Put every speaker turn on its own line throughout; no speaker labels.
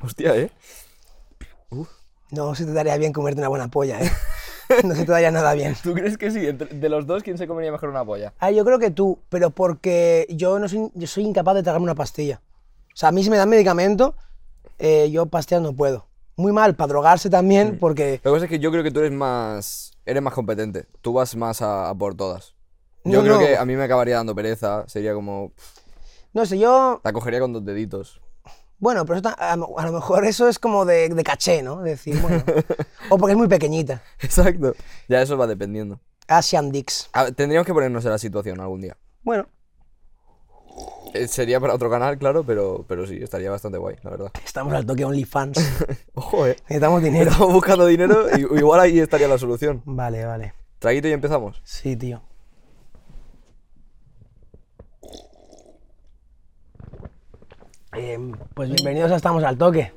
Hostia, ¿eh?
No se te daría bien comerte una buena polla, ¿eh? No se te daría nada bien.
¿Tú crees que sí? Entre- de los dos, ¿quién se comería mejor una polla?
Ah, yo creo que tú, pero porque yo no soy, yo soy incapaz de tragarme una pastilla. O sea, a mí si me dan medicamento, eh, yo pastillas no puedo. Muy mal, para drogarse también, porque...
Lo que pasa es que yo creo que tú eres más. Eres más competente. Tú vas más a, a por todas.
No,
Yo creo
no.
que a mí me acabaría dando pereza. Sería como. pff,
No sé, yo...
La cogería con dos deditos.
Bueno, pero eso ta- a, lo- a lo mejor eso es como de, de caché, ¿no? De decir, bueno... o porque es muy pequeñita.
Exacto. Ya eso va dependiendo.
Asian Dicks.
A- tendríamos que ponernos en la situación algún día.
Bueno,
Eh, sería para otro canal, claro, pero, pero sí, estaría bastante guay, la verdad.
estamos al toque OnlyFans.
Ojo, eh.
Necesitamos dinero.
Estamos buscando dinero y igual ahí estaría la solución.
Vale, vale.
Traguito y empezamos.
Sí, tío. Em, pues bienvenidos a Estamos al Toque.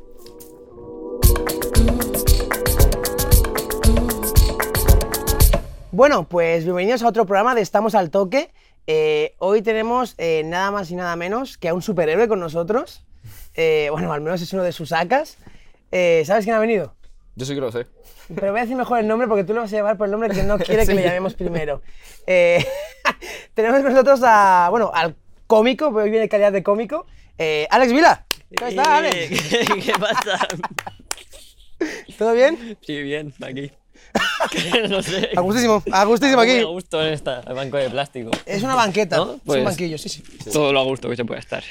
Bueno, pues bienvenidos a otro programa de Estamos al Toque. Eh, hoy tenemos eh, nada más y nada menos que a un superhéroe con nosotros. Eh, bueno, al menos es uno de sus sacas. Eh, ¿Sabes quién ha venido?
Yo sí que lo sé.
Pero voy a decir mejor el nombre porque tú lo vas a llevar por el nombre que no quiere que le llamemos primero. Eh, tenemos con nosotros a, bueno, al cómico, porque hoy viene calidad de cómico, eh, Alex Vila. ¿Cómo estás,
Eh,
Alex?
¿Qué, qué pasa?
¿Todo bien?
Sí, bien, aquí. no sé.
A gustísimo, a gustísimo
Muy
aquí.
a gusto en esta, el banco de plástico.
Es una banqueta,
¿No?
es
Pues-
un banquillo, sí, sí.
Todo lo a gusto que se puede estar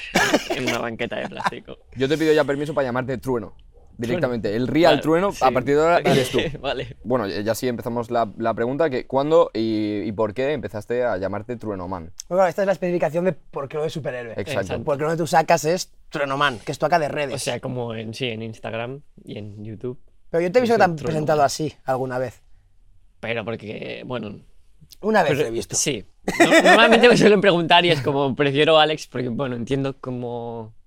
en una banqueta de plástico.
Yo te pido ya permiso para llamarte Trueno. Directamente. El Real
Vale,
Trueno,
sí.
a partir de ahora eres tú.
Vale.
Bueno, ya sí empezamos la, la pregunta, que ¿cuándo y, y por qué empezaste a llamarte Truenoman?
Bueno, esta es la especificación de por qué no de superhéroe.
Exacto.
Exacto.
Porque uno de tus sacas es Tronoman, que es tu acá de redes.
O sea, como en sí, en Instagram y en YouTube.
pero yo te he visto que te han
soy Tronoman.
presentado así alguna vez.
Pero porque, bueno.
Una vez
pero-
lo he visto.
Sí. No- normalmente me suelen preguntar y es como, prefiero Alex porque, bueno, entiendo como.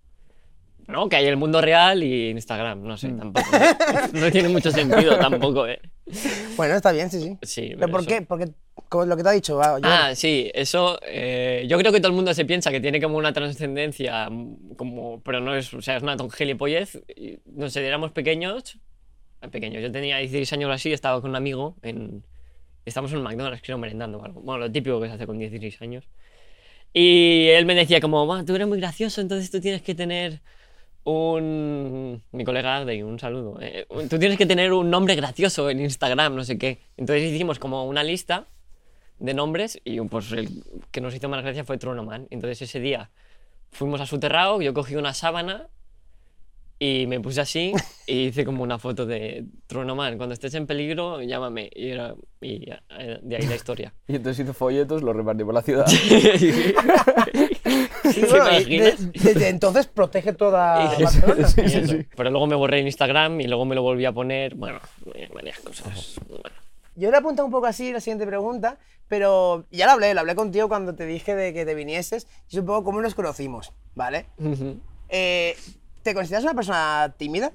No, que hay el mundo real y Instagram, no sé,
Mm.
tampoco. No tiene mucho sentido tampoco, eh.
Bueno, está bien, sí, sí.
Sí,
¿Pero
pero
por
eso-
qué? Porque, como lo que te ha dicho, va, yo-
Ah, sí, eso. eh, yo creo que todo el mundo se piensa que tiene como una trascendencia, mm, como, pero no es, o sea, es una ton- gilipollez. Y Nos éramos pequeños, eh, pequeños, yo tenía 16 años o así, estaba con un amigo en. Estamos en un McDonald's, creo, merendando o algo. Bueno, lo típico que se hace con 16 años. Y él me decía, como, "Buah, tú eres muy gracioso, entonces tú tienes que tener un. Mi colega Adri, un saludo. eh, un- tú tienes que tener un nombre gracioso en Instagram, no sé qué. Entonces hicimos como una lista de nombres y pues el que nos hizo más gracia fue Tronoman. Entonces ese día fuimos a su terrao, yo cogí una sábana y me puse así y hice como una foto de Tronoman. Cuando estés en peligro, llámame. Y, era, y ya, eh, de ahí la historia.
Y entonces hizo folletos, los repartió por la ciudad.
Y
¿Te
bueno, y
imaginas?
de- desde entonces protege toda
Sí,
Barcelona.
Y eso. Pero luego me borré en Instagram y luego me lo volví a poner. Bueno, eh, varias cosas. Bueno.
Yo le he apuntado un poco así la siguiente pregunta, pero ya la hablé, la hablé contigo cuando te dije de que te vinieses y es un poco cómo nos conocimos, ¿vale?
Ujú.
Eh, ¿Te consideras una persona tímida?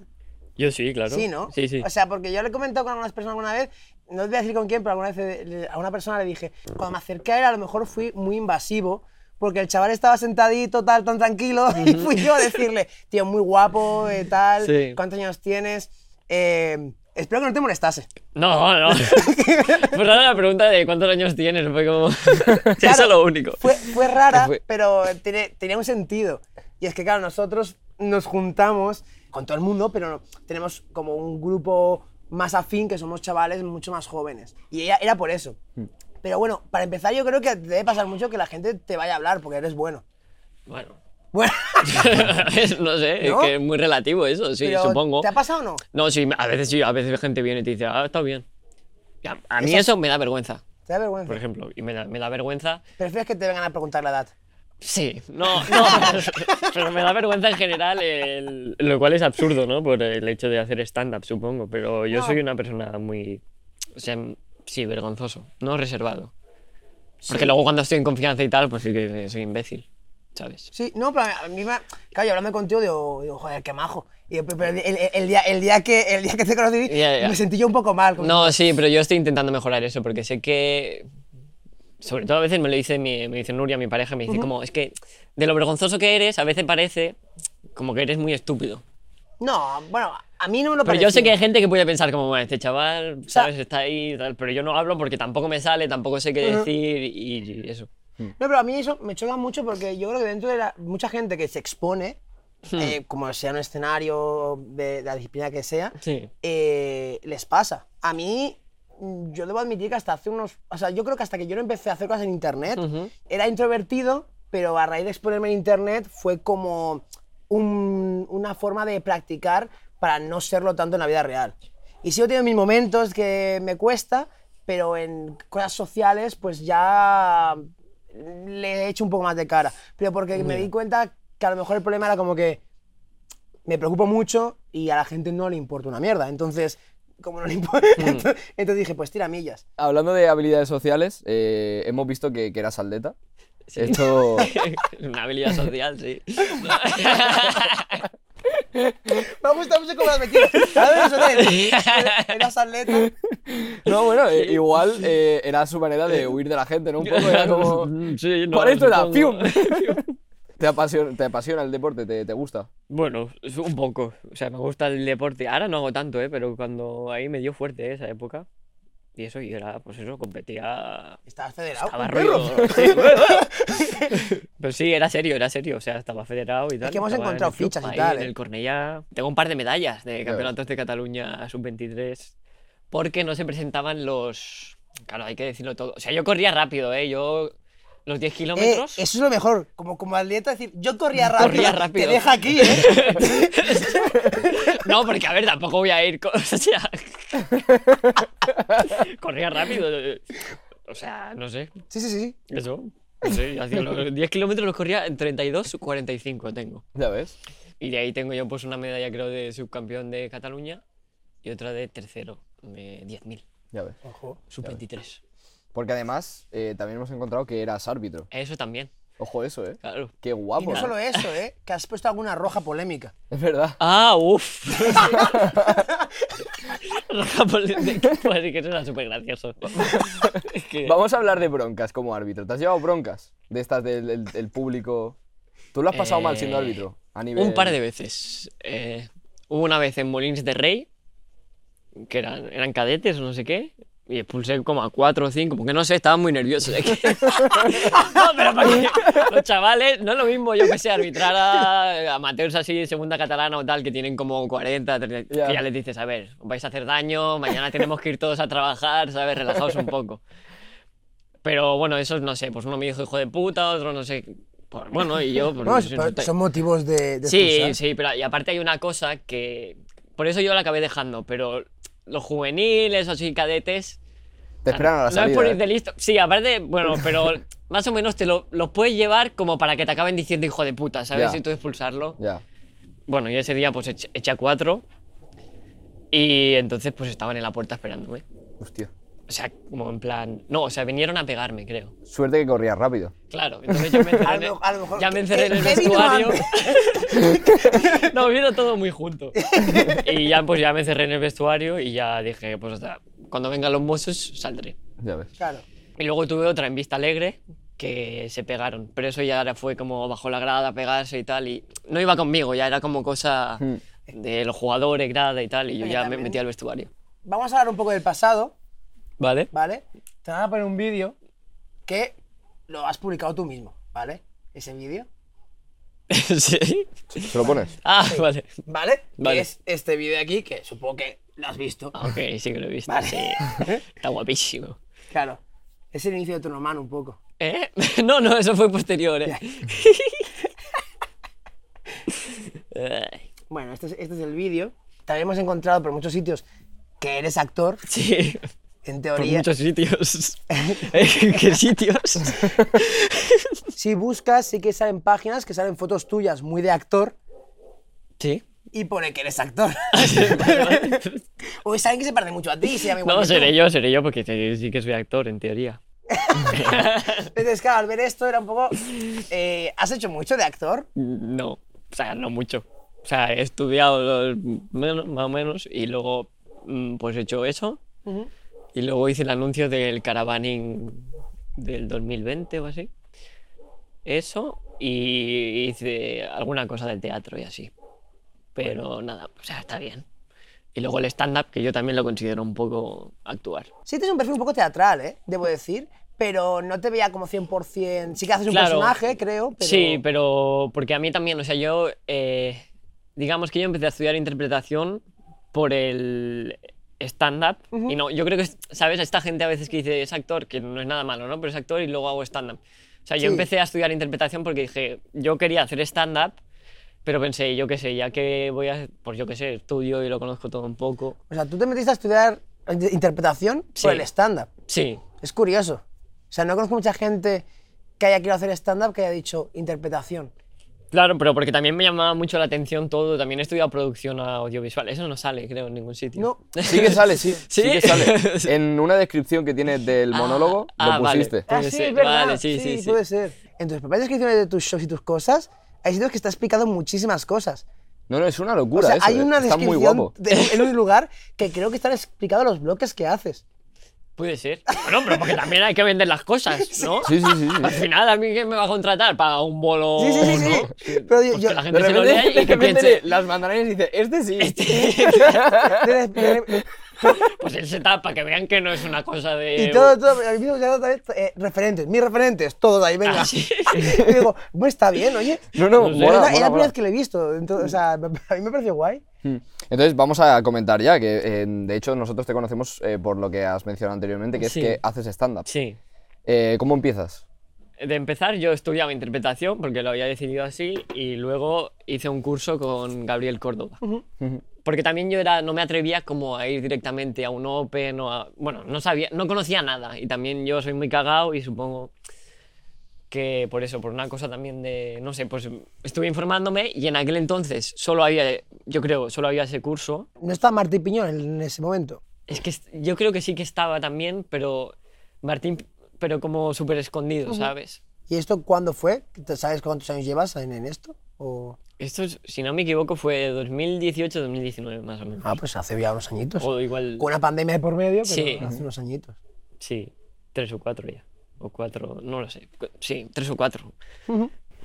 Yo sí, claro.
Sí, ¿no?
Sí, sí.
O sea, porque yo le he comentado con algunas personas alguna vez, no os voy a decir con quién, pero alguna vez eh, le- a una persona le dije, cuando me acerqué a él a lo mejor fui muy invasivo, porque el chaval estaba sentadito, tal, tan tranquilo, y fui yo a decirle, tío, muy guapo, eh, tal,
Sí.
¿cuántos años tienes? Eh, espero que no te molestase.
No, no. Pues ahora la pregunta de cuántos años tienes fue como. Eso es lo único.
Fue, fue rara,
Fue-
pero tiene- tenía un sentido. Y es que, claro, nosotros nos juntamos con todo el mundo, pero tenemos como un grupo más afín, que somos chavales mucho más jóvenes. Y ella era por eso.
Hmm.
Pero bueno, para empezar, yo creo que te debe pasar mucho que la gente te vaya a hablar porque eres bueno.
Bueno.
Bueno,
no sé,
¿No?
es que es muy relativo eso, sí,
pero
supongo.
¿Te ha pasado o no?
No, sí, a veces sí, a veces gente viene y te dice, ah, está bien. Y A, a mí
Esa-
eso me da vergüenza,
¿Te da vergüenza?
por ejemplo, y me da, me da vergüenza.
¿Prefieres que te vengan a preguntar la edad?
Sí, no, no, pero me da vergüenza en general, el- lo cual es absurdo, ¿no? Por el hecho de hacer stand-up, supongo, pero yo
No.
soy una persona muy, o sea, sí, vergonzoso, no reservado. Porque luego cuando estoy en confianza y tal, pues sí que soy imbécil, ¿sabes?
Sí, no, pero a mí me... Claro, yo hablando contigo digo, digo, joder, qué majo. Y, pero el, el- el día, el, día que, el día que te conocí
Ya, ya.
me sentí yo un poco mal. como-
No, sí, pero yo estoy intentando mejorar eso porque sé que sobre todo a veces me lo dice, mi, me dice Nuria, mi pareja, me dice como, es que de lo vergonzoso que eres, a veces parece como que eres muy estúpido.
No, bueno, a mí no me lo
Pero yo sé
pareció.
que hay gente que puede pensar como, "Bueno, este chaval,
sea-
¿sabes? Está ahí, tal", pero yo no hablo porque tampoco me sale, tampoco sé qué decir y, y eso.
No, pero a mí eso me choca mucho porque yo creo que dentro de la, mucha gente que se expone,
Hmm.
eh, como sea un escenario de, de la disciplina que sea,
Sí.
eh, les pasa. A mí, mm, yo debo admitir que hasta hace unos... O sea, yo creo que hasta que yo no empecé a hacer cosas en internet,
Ujú.
era introvertido, pero a raíz de exponerme en internet fue como un- una forma de practicar para no serlo tanto en la vida real. Y sigo teniendo mis momentos que me cuesta, pero en cosas sociales pues ya le he hecho un poco más de cara. Pero porque me di cuenta que a lo mejor el problema era como que me preocupo mucho y a la gente no le importa una mierda. Entonces, como no le importa,
Mm.
entonces, entonces dije, pues tira millas.
Hablando de habilidades sociales, eh, hemos visto que, que eras atleta. Esto.
Una habilidad social, sí.
Me gusta mucho cómo las metidas. A ver, eso te- Eras atleta.
No, bueno, eh, igual eh, era su manera de huir de la gente, ¿no? Un poco era como.
Sí, no,
¿Cuál es tu edad?
supongo.
¡Fium! ¿Te apasiona, te apasiona el deporte? ¿Te, te gusta?
Bueno, es un poco. O sea, me gusta el deporte. Ahora no hago tanto, ¿eh? Pero cuando ahí me dio fuerte ¿eh? esa época. Y eso, y era, pues eso, competía.
Estabas federado.
Estaba
Ah, un
rollo.
perro. Eh,
sí, bueno, bueno. Pero sí, era serio, era serio. O sea, estaba federado y tal.
que hemos
estaba en
encontrado
el club,
fichas y
ahí
tal,
En
¿eh?
el Cornellá. Tengo un par de medallas de campeonatos de Cataluña sub-23. Porque no se presentaban los. Claro, hay que decirlo todo. O sea, yo corría rápido, ¿eh? Yo. Los 10
Eh,
kilómetros.
eso es lo mejor. Como, como atleta, decir, yo corría rápido.
Corría rápido.
Te deja aquí, ¿eh?
No, porque a ver, tampoco voy a ir. co- O sea. Corría rápido. eh, O sea, no sé.
Sí, sí, sí, sí.
Eso. No sé, hacía los 10 kilómetros los corría en 32, 45 tengo.
Ya ves.
Y de ahí tengo yo pues una medalla creo de subcampeón de Cataluña y otra de tercero, de 10.000,
Ya ves.
sub 23.
Porque además eh, también hemos encontrado que eras árbitro.
Eso también,
Ojo eso, ¿eh?
claro.
Qué guapo.
Y no
¿eh?
solo eso, ¿eh? Que has puesto alguna roja polémica.
Es verdad.
Ah, uff. Rafa, pues sí que eso era súper gracioso. Es que-
Vamos a hablar de broncas como árbitro. ¿Te has llevado broncas de estas del del- del público? ¿Tú lo has pasado mal siendo
Eh,
árbitro? A nivel...
Un par de veces. Eh, hubo una vez en Molins de Rey, que eran, eran cadetes o no sé qué, y expulsé como a cuatro o cinco, porque no sé, estaban muy nerviosos. es que- no, pero porque los chavales, no es lo mismo yo que sé, arbitrar a amateurs así de segunda catalana o tal, que tienen como 40, 30,
Ya.
que ya les dices, a ver, os vais a hacer daño, mañana tenemos que ir todos a trabajar, ¿sabes? Relajaos un poco. Pero bueno, esos no sé, pues uno me dijo hijo de puta, otro no sé. pues, bueno, y yo. pues,
No,
no
es-
sé,
pero
no te-
son motivos de, de
Sí,
expulsar.
sí, pero y aparte hay una cosa que. Por eso yo la acabé dejando, pero los juveniles o así cadetes.
Te esperan a la
No es
salida.
por
¿eh?
irte listo. Sí, aparte, bueno, pero más o menos te lo, los puedes llevar como para que te acaben diciendo hijo de puta, ¿sabes?
Ya.
Y tú expulsarlo.
Ya.
Bueno, y ese día pues eché, eché a cuatro. Y entonces pues estaban en la puerta esperándome.
Hostia.
O sea, como en plan. No, o sea, vinieron a pegarme, creo.
Suerte que corrías rápido.
Claro, entonces yo me encerré,
A
en
lo
el-
mejor- a lo mejor-
ya me
¿qué-
encerré en el
qué vino
vestuario. no, vino todo muy junto. Y ya, pues ya me encerré en el vestuario y ya dije, pues hasta cuando vengan los mozos saldré.
Ya ves.
Claro.
Y luego tuve otra en Vista Alegre que se pegaron, pero eso ya era- fue como bajo la grada pegarse y tal. Y no iba conmigo, ya era como cosa de los jugadores, grada y tal. Y yo
Oye,
ya me
Hmm. también.
metí al vestuario.
Vamos a hablar un poco del pasado,
¿Vale?
¿vale? Te van a poner un vídeo que lo has publicado tú mismo, ¿vale? Ese vídeo,
sí.
¿Se lo pones?
Ah, vale.
¿vale?
Vale.
Que es este vídeo de aquí, que supongo que lo has visto.
Ah, Ok, sí que lo he visto.
Vale.
sí. Está guapísimo.
Claro. Es el inicio de tu hermano un poco.
¿Eh? No, no, eso fue posterior, ¿eh? Ay,
Bueno, este es, este es el vídeo. También hemos encontrado por muchos sitios que eres actor,
sí,
en
por
teoría.
muchos sitios. ¿Qué sitios?
Si buscas, sí que salen páginas que salen fotos tuyas muy de actor
Sí.
y pone que eres actor. o es alguien que se parece mucho a ti, y se llama igual
No,
que tú.
seré yo, seré yo, porque te- sí que soy actor, en teoría.
Entonces, claro, al ver esto era un poco... eh, ¿Has hecho mucho de actor?
No, o sea, no mucho. O sea, he estudiado lo- menos- más o menos y luego mm, pues he hecho eso. Y luego hice el anuncio del caravaning del 2020 o así. Eso, y hice alguna cosa de teatro y así. Pero nada, o sea, está bien. Y luego el stand-up, que yo también lo considero un poco actuar.
Sí, tienes un perfil un poco teatral, ¿eh? Debo decir. Pero no te veía como 100%. Sí que haces un
Claro.
personaje, creo. Pero...
Sí, pero porque a mí también, o sea, yo, eh, digamos que yo empecé a estudiar interpretación por el stand-up. Y no, yo creo que, ¿sabes? Esta gente a veces que dice es actor, que no es nada malo, ¿no? Pero es actor y luego hago stand-up. O sea, yo
Sí.
empecé a estudiar interpretación porque dije, yo quería hacer stand-up, pero pensé, yo qué sé, ya que voy a, pues yo qué sé, estudio y lo conozco todo un poco.
O sea, tú te metiste a estudiar inter- interpretación
Sí.
por el stand-up.
Sí,
Es curioso. O sea, no conozco mucha gente que haya querido hacer stand-up que haya dicho interpretación.
Claro, pero porque también me llamaba mucho la atención todo. También he estudiado producción audiovisual. Eso no sale, creo, en ningún sitio.
No.
Sí que sale, sí.
Sí.
Sí, que sale. En una descripción que tienes del
Ah,
monólogo
ah,
lo
vale.
pusiste.
Puede
sí,
ser,
es verdad.
vale, sí, sí, sí.
puede ser. En tus propias descripciones de tus shows y tus cosas, hay sitios que está explicado muchísimas cosas.
No, no, es una
O
locura
sea,
eso,
hay
eh.
una
Está muy
descripción
guapo.
de- en un lugar que creo que están explicados los bloques que haces.
Puede ser. Bueno, pero porque también hay que vender las cosas, ¿no?
Sí, sí, sí. sí.
Al final, ¿a mí quién me va a contratar? ¿Para un bolo?
Oh,
Sí, sí, sí, sí.
¿no?
Pero yo-
Pues
yo-
que la
De
gente se lo
repente,
lea y
de
que
repente
piense,
le- las mandarinas y dice, este sí.
De- de- de-
pues él se tapa, que vean que no es una cosa
Eh,
de...
Y todo, todo, al mismo tiempo, también, eh, referentes, mis referentes, todos ahí, venga.
Ah, sí.
Y digo, bueno, está bien, oye.
No, no,
No sé.
Es
mola,
la-
mola,
es la primera
mola.
vez que lo he visto, entonces, o sea, me- a mí me pareció guay.
Hmm.
Mm. Entonces vamos a comentar ya que eh, de hecho nosotros te conocemos eh, por lo que has mencionado anteriormente, que
Sí.
es que haces stand-up.
Sí.
Eh, ¿Cómo empiezas?
De empezar, yo estudiaba interpretación porque lo había decidido así y luego hice un curso con Gabriel Córdoba. Porque también yo era, no me atrevía como a ir directamente a un open o a, bueno, no sabía, no conocía nada y también yo soy muy cagao y supongo que por eso, por una cosa también de, no sé, pues estuve informándome y en aquel entonces solo había, yo creo, solo había ese curso.
No estaba Martí Piñón en, en ese momento.
Es que est- yo creo que sí que estaba también, pero Martín, pero como súper escondido, ¿sabes?
¿Y esto cuándo fue? ¿Te- ¿Sabes cuántos años llevas en, en esto? O...
Esto, es- si no me equivoco, fue 2018-2019 más o menos.
Ah, pues hace ya unos añitos.
O igual,
Con una pandemia de por medio, pero
Sí.
hace unos añitos.
sí, tres o cuatro ya. O cuatro, no lo sé. cu- Sí, tres o cuatro.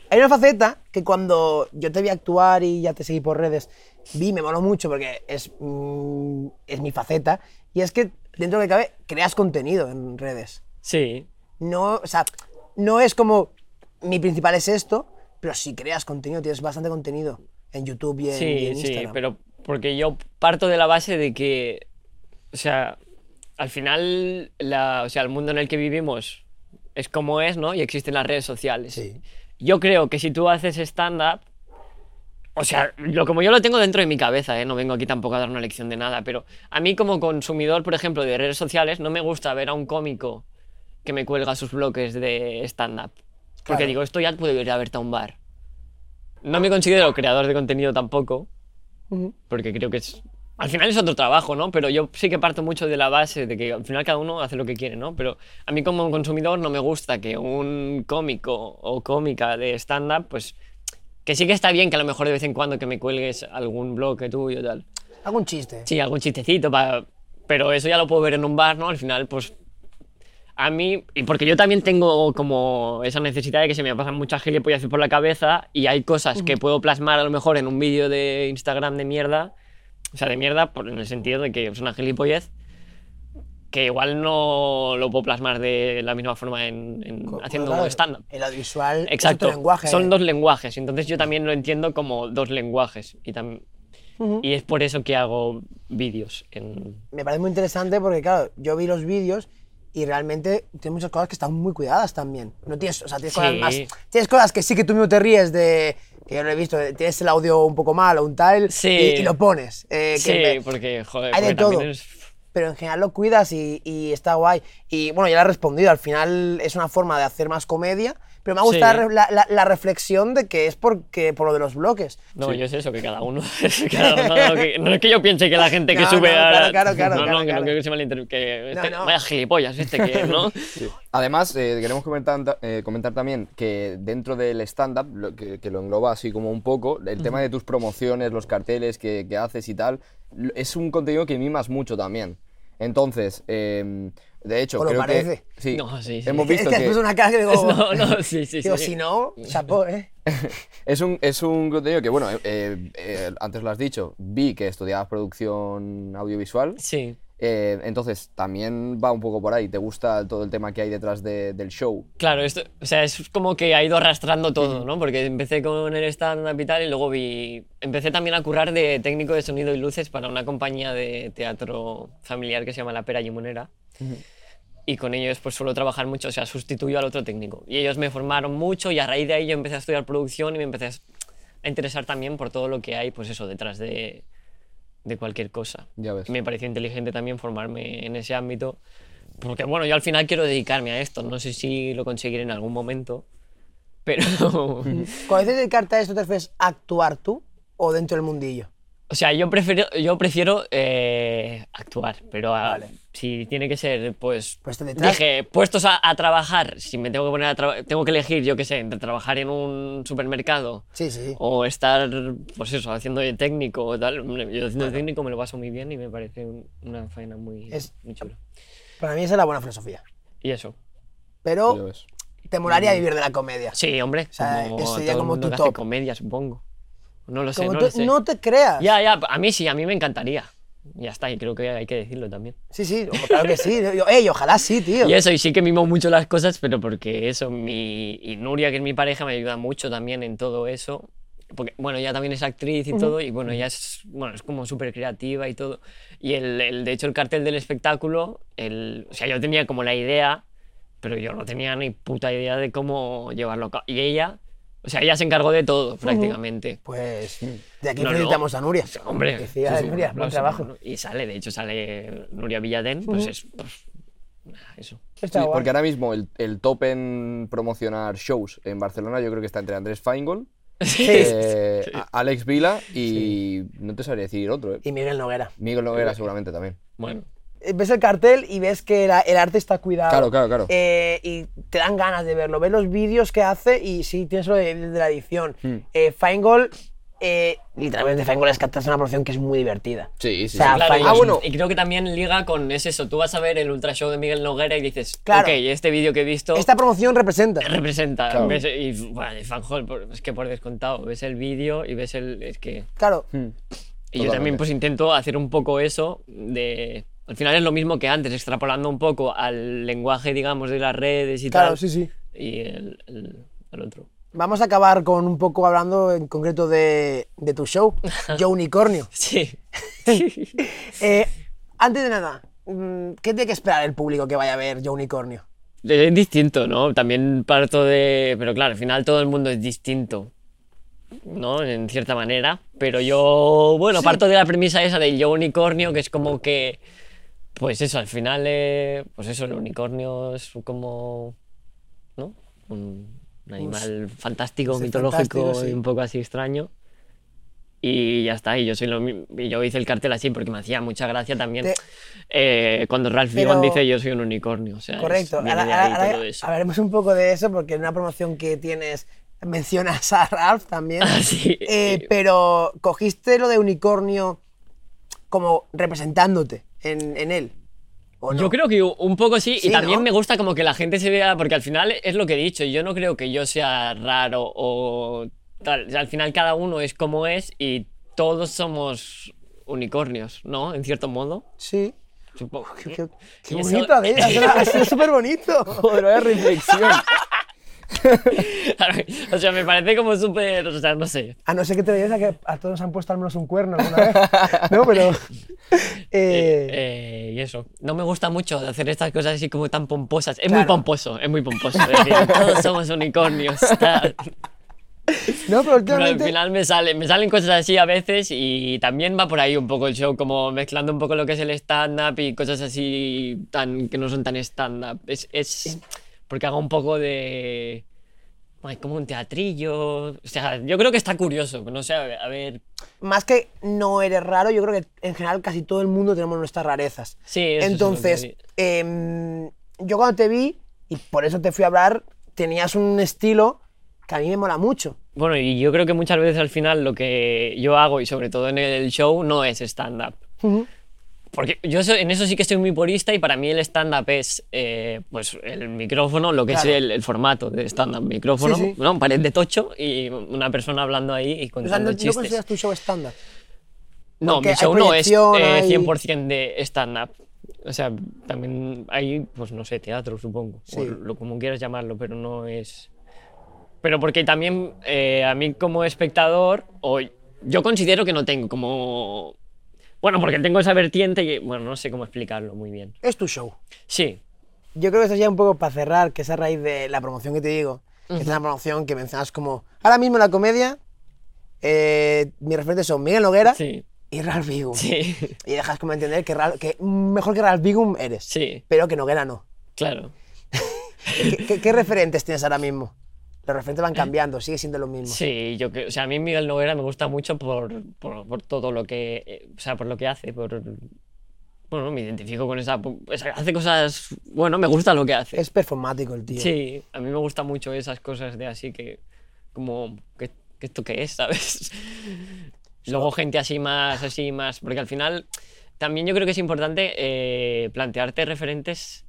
Hay una faceta que cuando yo te vi actuar y ya te seguí por redes, vi, me moló mucho porque es, mm, es mi faceta, y es que dentro de lo que cabe creas contenido en redes.
Sí,
No, o sea, no es como mi principal es esto, pero si creas contenido, tienes bastante contenido en YouTube y en, y
sí,
en
sí,
Instagram.
pero porque yo parto de la base de que, o sea, al final, la, o sea, el mundo en el que vivimos es como es, ¿no? Y existen las redes sociales.
Sí.
Yo creo que si tú haces stand-up, o sea, lo, como yo lo tengo dentro de mi cabeza, ¿eh? no vengo aquí tampoco a dar una lección de nada, pero a mí como consumidor, por ejemplo, de redes sociales, no me gusta ver a un cómico que me cuelga sus bloques de stand-up. Porque
Claro.
digo, esto ya puedo ir a verte a un bar. No me considero creador de contenido tampoco,
Ujú.
porque creo que es... Al final es otro trabajo, ¿no? Pero yo sí que parto mucho de la base de que al final cada uno hace lo que quiere, ¿no? Pero a mí como consumidor no me gusta que un cómico o cómica de stand-up, pues que sí que está bien que a lo mejor de vez en cuando que me cuelgues algún bloque tuyo tal.
Hago un chiste.
Sí, algún chistecito, pa- pero eso ya lo puedo ver en un bar, ¿no? Al final, pues a mí, y porque yo también tengo como esa necesidad de que se me pasan muchas gilipollas por la cabeza y hay cosas que puedo plasmar a lo mejor en un vídeo de Instagram de mierda, o sea, de mierda por, en el sentido de que es una gilipollez, que igual no lo puedo plasmar de la misma forma en, en-
Co-
haciendo
claro,
stand-up.
El audiovisual
Exacto.
es otro lenguaje.
Son dos lenguajes. Entonces yo también lo entiendo como dos lenguajes. Y, tam- y es por eso que hago vídeos. En...
Me parece muy interesante porque, claro, yo vi los vídeos y realmente tienes muchas cosas que están muy cuidadas también. No tienes, o sea, tienes cosas
Sí.
más... Tienes cosas que sí que tú mismo te ríes de... Que yo lo he visto, de- tienes el audio un poco mal o un tal
Sí.
y, y lo pones. eh, que
sí,
me-
porque, joder,
hay de
porque también
todo.
es-
pero en general lo cuidas y, y está guay. Y bueno, ya le he respondido, al final es una forma de hacer más comedia, pero me ha gustado
Sí.
la re- la, la- la reflexión de que es porque, por lo de los bloques.
No, yo es eso, que cada uno. cada uno haga lo que- No es que yo piense que la gente que
No,
sube
no,
a.
claro, claro, claro,
no, no,
claro,
que
claro.
no creo que se malinterprete. Que
No,
este-
no.
Vaya gilipollas este que, ¿no?
Además, eh, queremos comentar, eh, comentar también que dentro del stand-up, lo que, que lo engloba así como un poco, el tema de tus promociones, los carteles que, que haces y tal, l- es un contenido que mimas mucho también. Entonces, eh, De hecho,
¿O lo
creo
parece?
que sí,
No, sí, sí.
hemos
Es
visto
que después una cara que digo,
No, no, sí, sí,
digo,
sí.
si no, chapó, ¿eh?
Es un, es un contenido que, bueno, eh, eh, eh, antes lo has dicho, vi que estudiabas producción audiovisual.
Sí.
Eh, entonces, también va un poco por ahí. ¿Te gusta todo el tema que hay detrás de- del show?
Claro, esto, o sea, es como que ha ido arrastrando todo, ¿no? Porque empecé con el stand-up y tal, y luego vi. Empecé también a currar de técnico de sonido y luces para una compañía de teatro familiar que se llama La Pera Limonera. Y con ellos, pues suelo trabajar mucho, o sea, sustituyo al otro técnico. Y ellos me formaron mucho, y a raíz de ahí yo empecé a estudiar producción y me empecé a s- a interesar también por todo lo que hay, pues eso, detrás de, de cualquier cosa.
Ya ves.
Me pareció inteligente también formarme en ese ámbito. Porque bueno, yo al final quiero dedicarme a esto. No sé si lo conseguiré en algún momento. Pero.
Cuando dices dedicarte a esto, ¿te refieres a actuar tú o dentro del mundillo?
o sea, yo prefiero, yo prefiero eh, actuar. Pero a- si tiene que ser, pues.
Pues te detrás.
Dije, puestos a, a trabajar. Si me tengo que poner a traba- Tengo que elegir, yo qué sé, entre trabajar en un supermercado.
Sí, sí. sí.
O estar, pues eso, haciendo de técnico o tal. Hombre, Yo haciendo de técnico me lo paso muy bien y me parece un- una faena muy,
Es-
muy chula.
Para mí esa es la buena filosofía.
Y eso.
Ya
Pero
ves.
te molaría vivir de la comedia.
Mm. Sí, hombre.
sea,
como
que
a
sería
todo el
como
mundo
tu
que hace
top.
comedia, supongo. No lo sé,
Como
no
tú-
lo sé.
no te creas.
Ya, ya, a mí sí, a mí me encantaría. Ya está, y creo que hay que decirlo también.
Sí, sí, o- claro que sí. Yo- ey, ojalá sí, tío.
Y eso, y sí que mimo mucho las cosas, pero porque eso, mi. Y Nuria, que es mi pareja, me ayuda mucho también en todo eso. Porque, bueno, ella también es actriz y todo, y bueno, ella es, bueno, es como súper creativa y todo. Y el, el- de hecho, el cartel del espectáculo, el, o sea, yo tenía como la idea, pero yo no tenía ni puta idea de cómo llevarlo a cabo. Y ella, o sea, ella se encargó de todo prácticamente.
Pues de aquí
No, no.
felicitamos a Nuria.
Hombre,
Que siga,
sí, sí,
Nuria,
un
buen
aplauso,
trabajo.
¿no? Y sale, de hecho, sale Nuria Villadén, pues es. pues, eso.
Está
Sí,
guay.
porque ahora mismo el, el top en promocionar shows en Barcelona yo creo que está entre Andrés Feingold, eh, a- Alex Vila y no te sabría decir otro. eh.
Y Miguel Noguera.
Miguel Noguera seguramente también.
Bueno,
Eh, Ves el cartel y ves que la- el arte está cuidado.
Claro, claro, claro.
Eh, y te dan ganas de verlo. Ves los vídeos que hace y sí, tienes lo de, de la edición. Eh, Feingold, eh, literalmente Feingold es que hace una producción que es muy divertida.
Sí, sí. Ah,
O sea,
sí.
claro, y,
Feingold-
y creo que también liga con es eso. Tú vas a ver el ultra show de Miguel Noguera y dices,
Claro.
ok, este vídeo que he visto
Esta promoción representa.
representa. ves- y bueno, y Fan Hall, por- es que por descontado, ves el vídeo y ves el. Es que.
Claro,
Y yo también
Totalmente.
pues intento hacer un poco eso de... Al final es lo mismo que antes, extrapolando un poco al lenguaje, digamos, de las redes y
claro,
tal.
sí, sí.
Y el, el- el otro.
Vamos a acabar con un poco hablando en concreto de, de tu show, Yo Unicornio.
Sí.
Eh, antes de nada, mm, ¿qué tiene que esperar el público que vaya a ver Yo Unicornio?
es distinto, ¿no? También parto de... Pero claro, al final todo el mundo es distinto, ¿no? En cierta manera. Pero yo, bueno, parto de la premisa esa del yo unicornio, que es como que... Pues eso, al final, eh, pues eso, el unicornio es como... ¿No? Un, un animal fantástico,
ser
mitológico
fantástico,
y
Pues, sí.
un poco así extraño. Y ya está, y yo, soy lo mi- y yo hice el cartel así porque me hacía mucha gracia también
Te-
eh, cuando Ralph
Pero-
Iwan dice yo soy un unicornio. O sea, es-
Correcto.
viene
Ahora,
de ahí
ahora-
todo
ahora
eso.
hablaremos un poco de eso porque en una promoción que tienes mencionas a Ralph también.
Ah, sí.
Eh, pero cogiste lo de unicornio como representándote en, en él. ¿o no?
Yo creo que un poco sí,
Sí,
y también
¿no?
me gusta como que la gente se vea, porque al final es lo que he dicho, yo no creo que yo sea raro o tal, O sea, al final cada uno es como es y todos somos unicornios, ¿no? En cierto modo,
Sí.
supongo.
Qué, qué- qué
Y eso-
bonito, David, ha sido- ha sido súper bonito.
Joder, vaya reflexión.
o sea, me parece como súper, o sea, no sé.
A no ser que te digas a que a todos nos han puesto al menos un cuerno alguna vez. No, pero. eh,
Eh, y eso. No me gusta mucho hacer estas cosas así como tan pomposas. Es muy
Claro.
pomposo, es muy pomposo. es decir, todos somos unicornios. tal.
no, pero
Pero al
últimamente.
final me, sale, me salen cosas así a veces y también va por ahí un poco el show, como mezclando un poco lo que es el stand-up y cosas así tan, que no son tan stand-up. Es, es porque hago un poco de... ay, como un teatrillo. O sea, yo creo que está curioso. No sé, a ver...
más que no eres raro, yo creo que en general casi todo el mundo tenemos nuestras rarezas.
Sí, eso es
Entonces,
lo que-
em, yo cuando te vi, y por eso te fui a hablar, tenías un estilo que a mí me mola mucho.
Bueno, y yo creo que muchas veces al final lo que yo hago, y sobre todo en el show, no es stand-up. Porque yo eso- en eso sí que soy muy purista y para mí el stand-up es eh, pues el micrófono, lo que
Claro.
es el, el formato de stand-up, micrófono,
Sí, sí.
¿no? pared de tocho y una persona hablando ahí y
O sea,
contando
no, no
chistes.
consideras tu show estándar.
No,
Porque
mi
hay
show no es eh,
proyección, hay-
100% de stand-up. O sea, también hay, pues no sé, teatro, supongo.
Sí.
O lo, como quieras llamarlo, pero no es. Pero porque también eh, a mí como espectador, o yo considero que no tengo como. Bueno, porque tengo esa vertiente que. Bueno, no sé cómo explicarlo muy bien.
Es tu show.
Sí,
Yo creo que eso ya un poco para cerrar, que es a raíz de la promoción que te digo. que Es una promoción que mencionas como. Ahora mismo en la comedia, eh, mis referentes son Miguel Noguera
sí,
y Ralph Bigum.
sí,
Y dejas como entender que, Ralph- que mejor que Ralph Bigum eres.
sí,
Pero que Noguera no.
claro.
¿Qué, qué- qué referentes tienes ahora mismo? Los referentes van cambiando, sigue siendo los mismos.
Sí, yo que, o sea, a mí Miguel Noguera me gusta mucho por, por, por todo lo que, eh, o sea, por lo que hace, por, bueno, me identifico con esa, o sea, hace cosas, bueno, me gusta lo que hace.
Es performático el tío.
Sí, a mí me gusta mucho esas cosas de así que, como, ¿qué, qué esto qué es, sabes? Luego gente así más, así más, porque al final también yo creo que es importante eh, plantearte referentes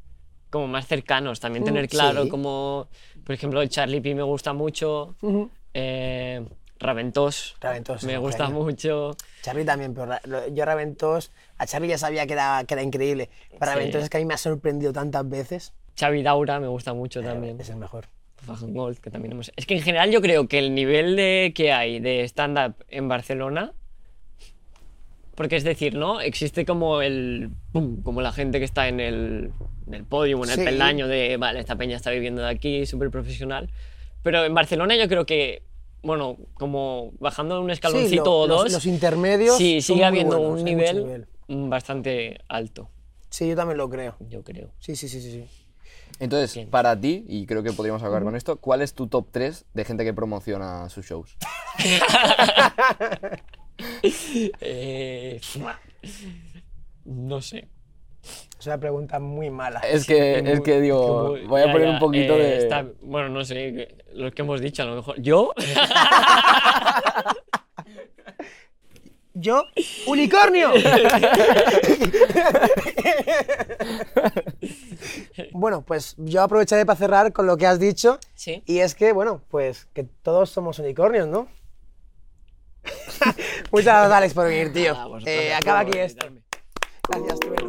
como más cercanos, también
Mm,
tener claro
sí.
como, por ejemplo, Charlie P me gusta mucho.
Ujú.
Eh, Raventós.
Raventós,
Me
un
gusta
genio.
mucho.
Charlie también, pero Ra- lo- yo Raventos, a Charlie ya sabía que era, que era increíble. Para
Sí.
Raventos es que a mí me ha sorprendido tantas veces.
Xavi Daura me gusta mucho también.
Es el mejor.
Fajan Gold, que también hemos... Es que en general yo creo que el nivel de, que hay de stand-up en Barcelona... Porque es decir, ¿no? Existe como el... pum, como la gente que está en el, en el podio, en el
Sí.
peldaño de... Vale, esta peña está viviendo de aquí, súper profesional. Pero en Barcelona yo creo que... Bueno, como bajando un escaloncito
Sí, lo-
o
los-
dos...
Los, intermedios. son
Sí, sigue
muy
habiendo
buenos,
un
hay mucho
nivel, mm, bastante alto,
Sí, yo también lo creo.
yo creo.
Sí, sí, sí, sí. sí.
Entonces, para ti, y creo que podríamos acabar con esto, ¿cuál es tu top 3 de gente que promociona sus shows?
Eh, fua. no sé.
Es una pregunta muy mala.
Es que,
Muy-
es que digo,
muy-
voy a
ya,
poner
ya,
un poquito
eh,
de...
está- bueno, no sé, que- los que hemos dicho, a lo mejor. ¿Yo?
Yo, unicornio. bueno, pues yo aprovecharé para cerrar con lo que has dicho.
Sí.
Y es que, bueno, pues que todos somos unicornios, ¿no? Muchas gracias, Alex, por venir, tío.
Nada, vosotros,
Eh,
gracias
acaba
Ah, por
aquí este. esto.
invitarme.
Gracias, Rubén.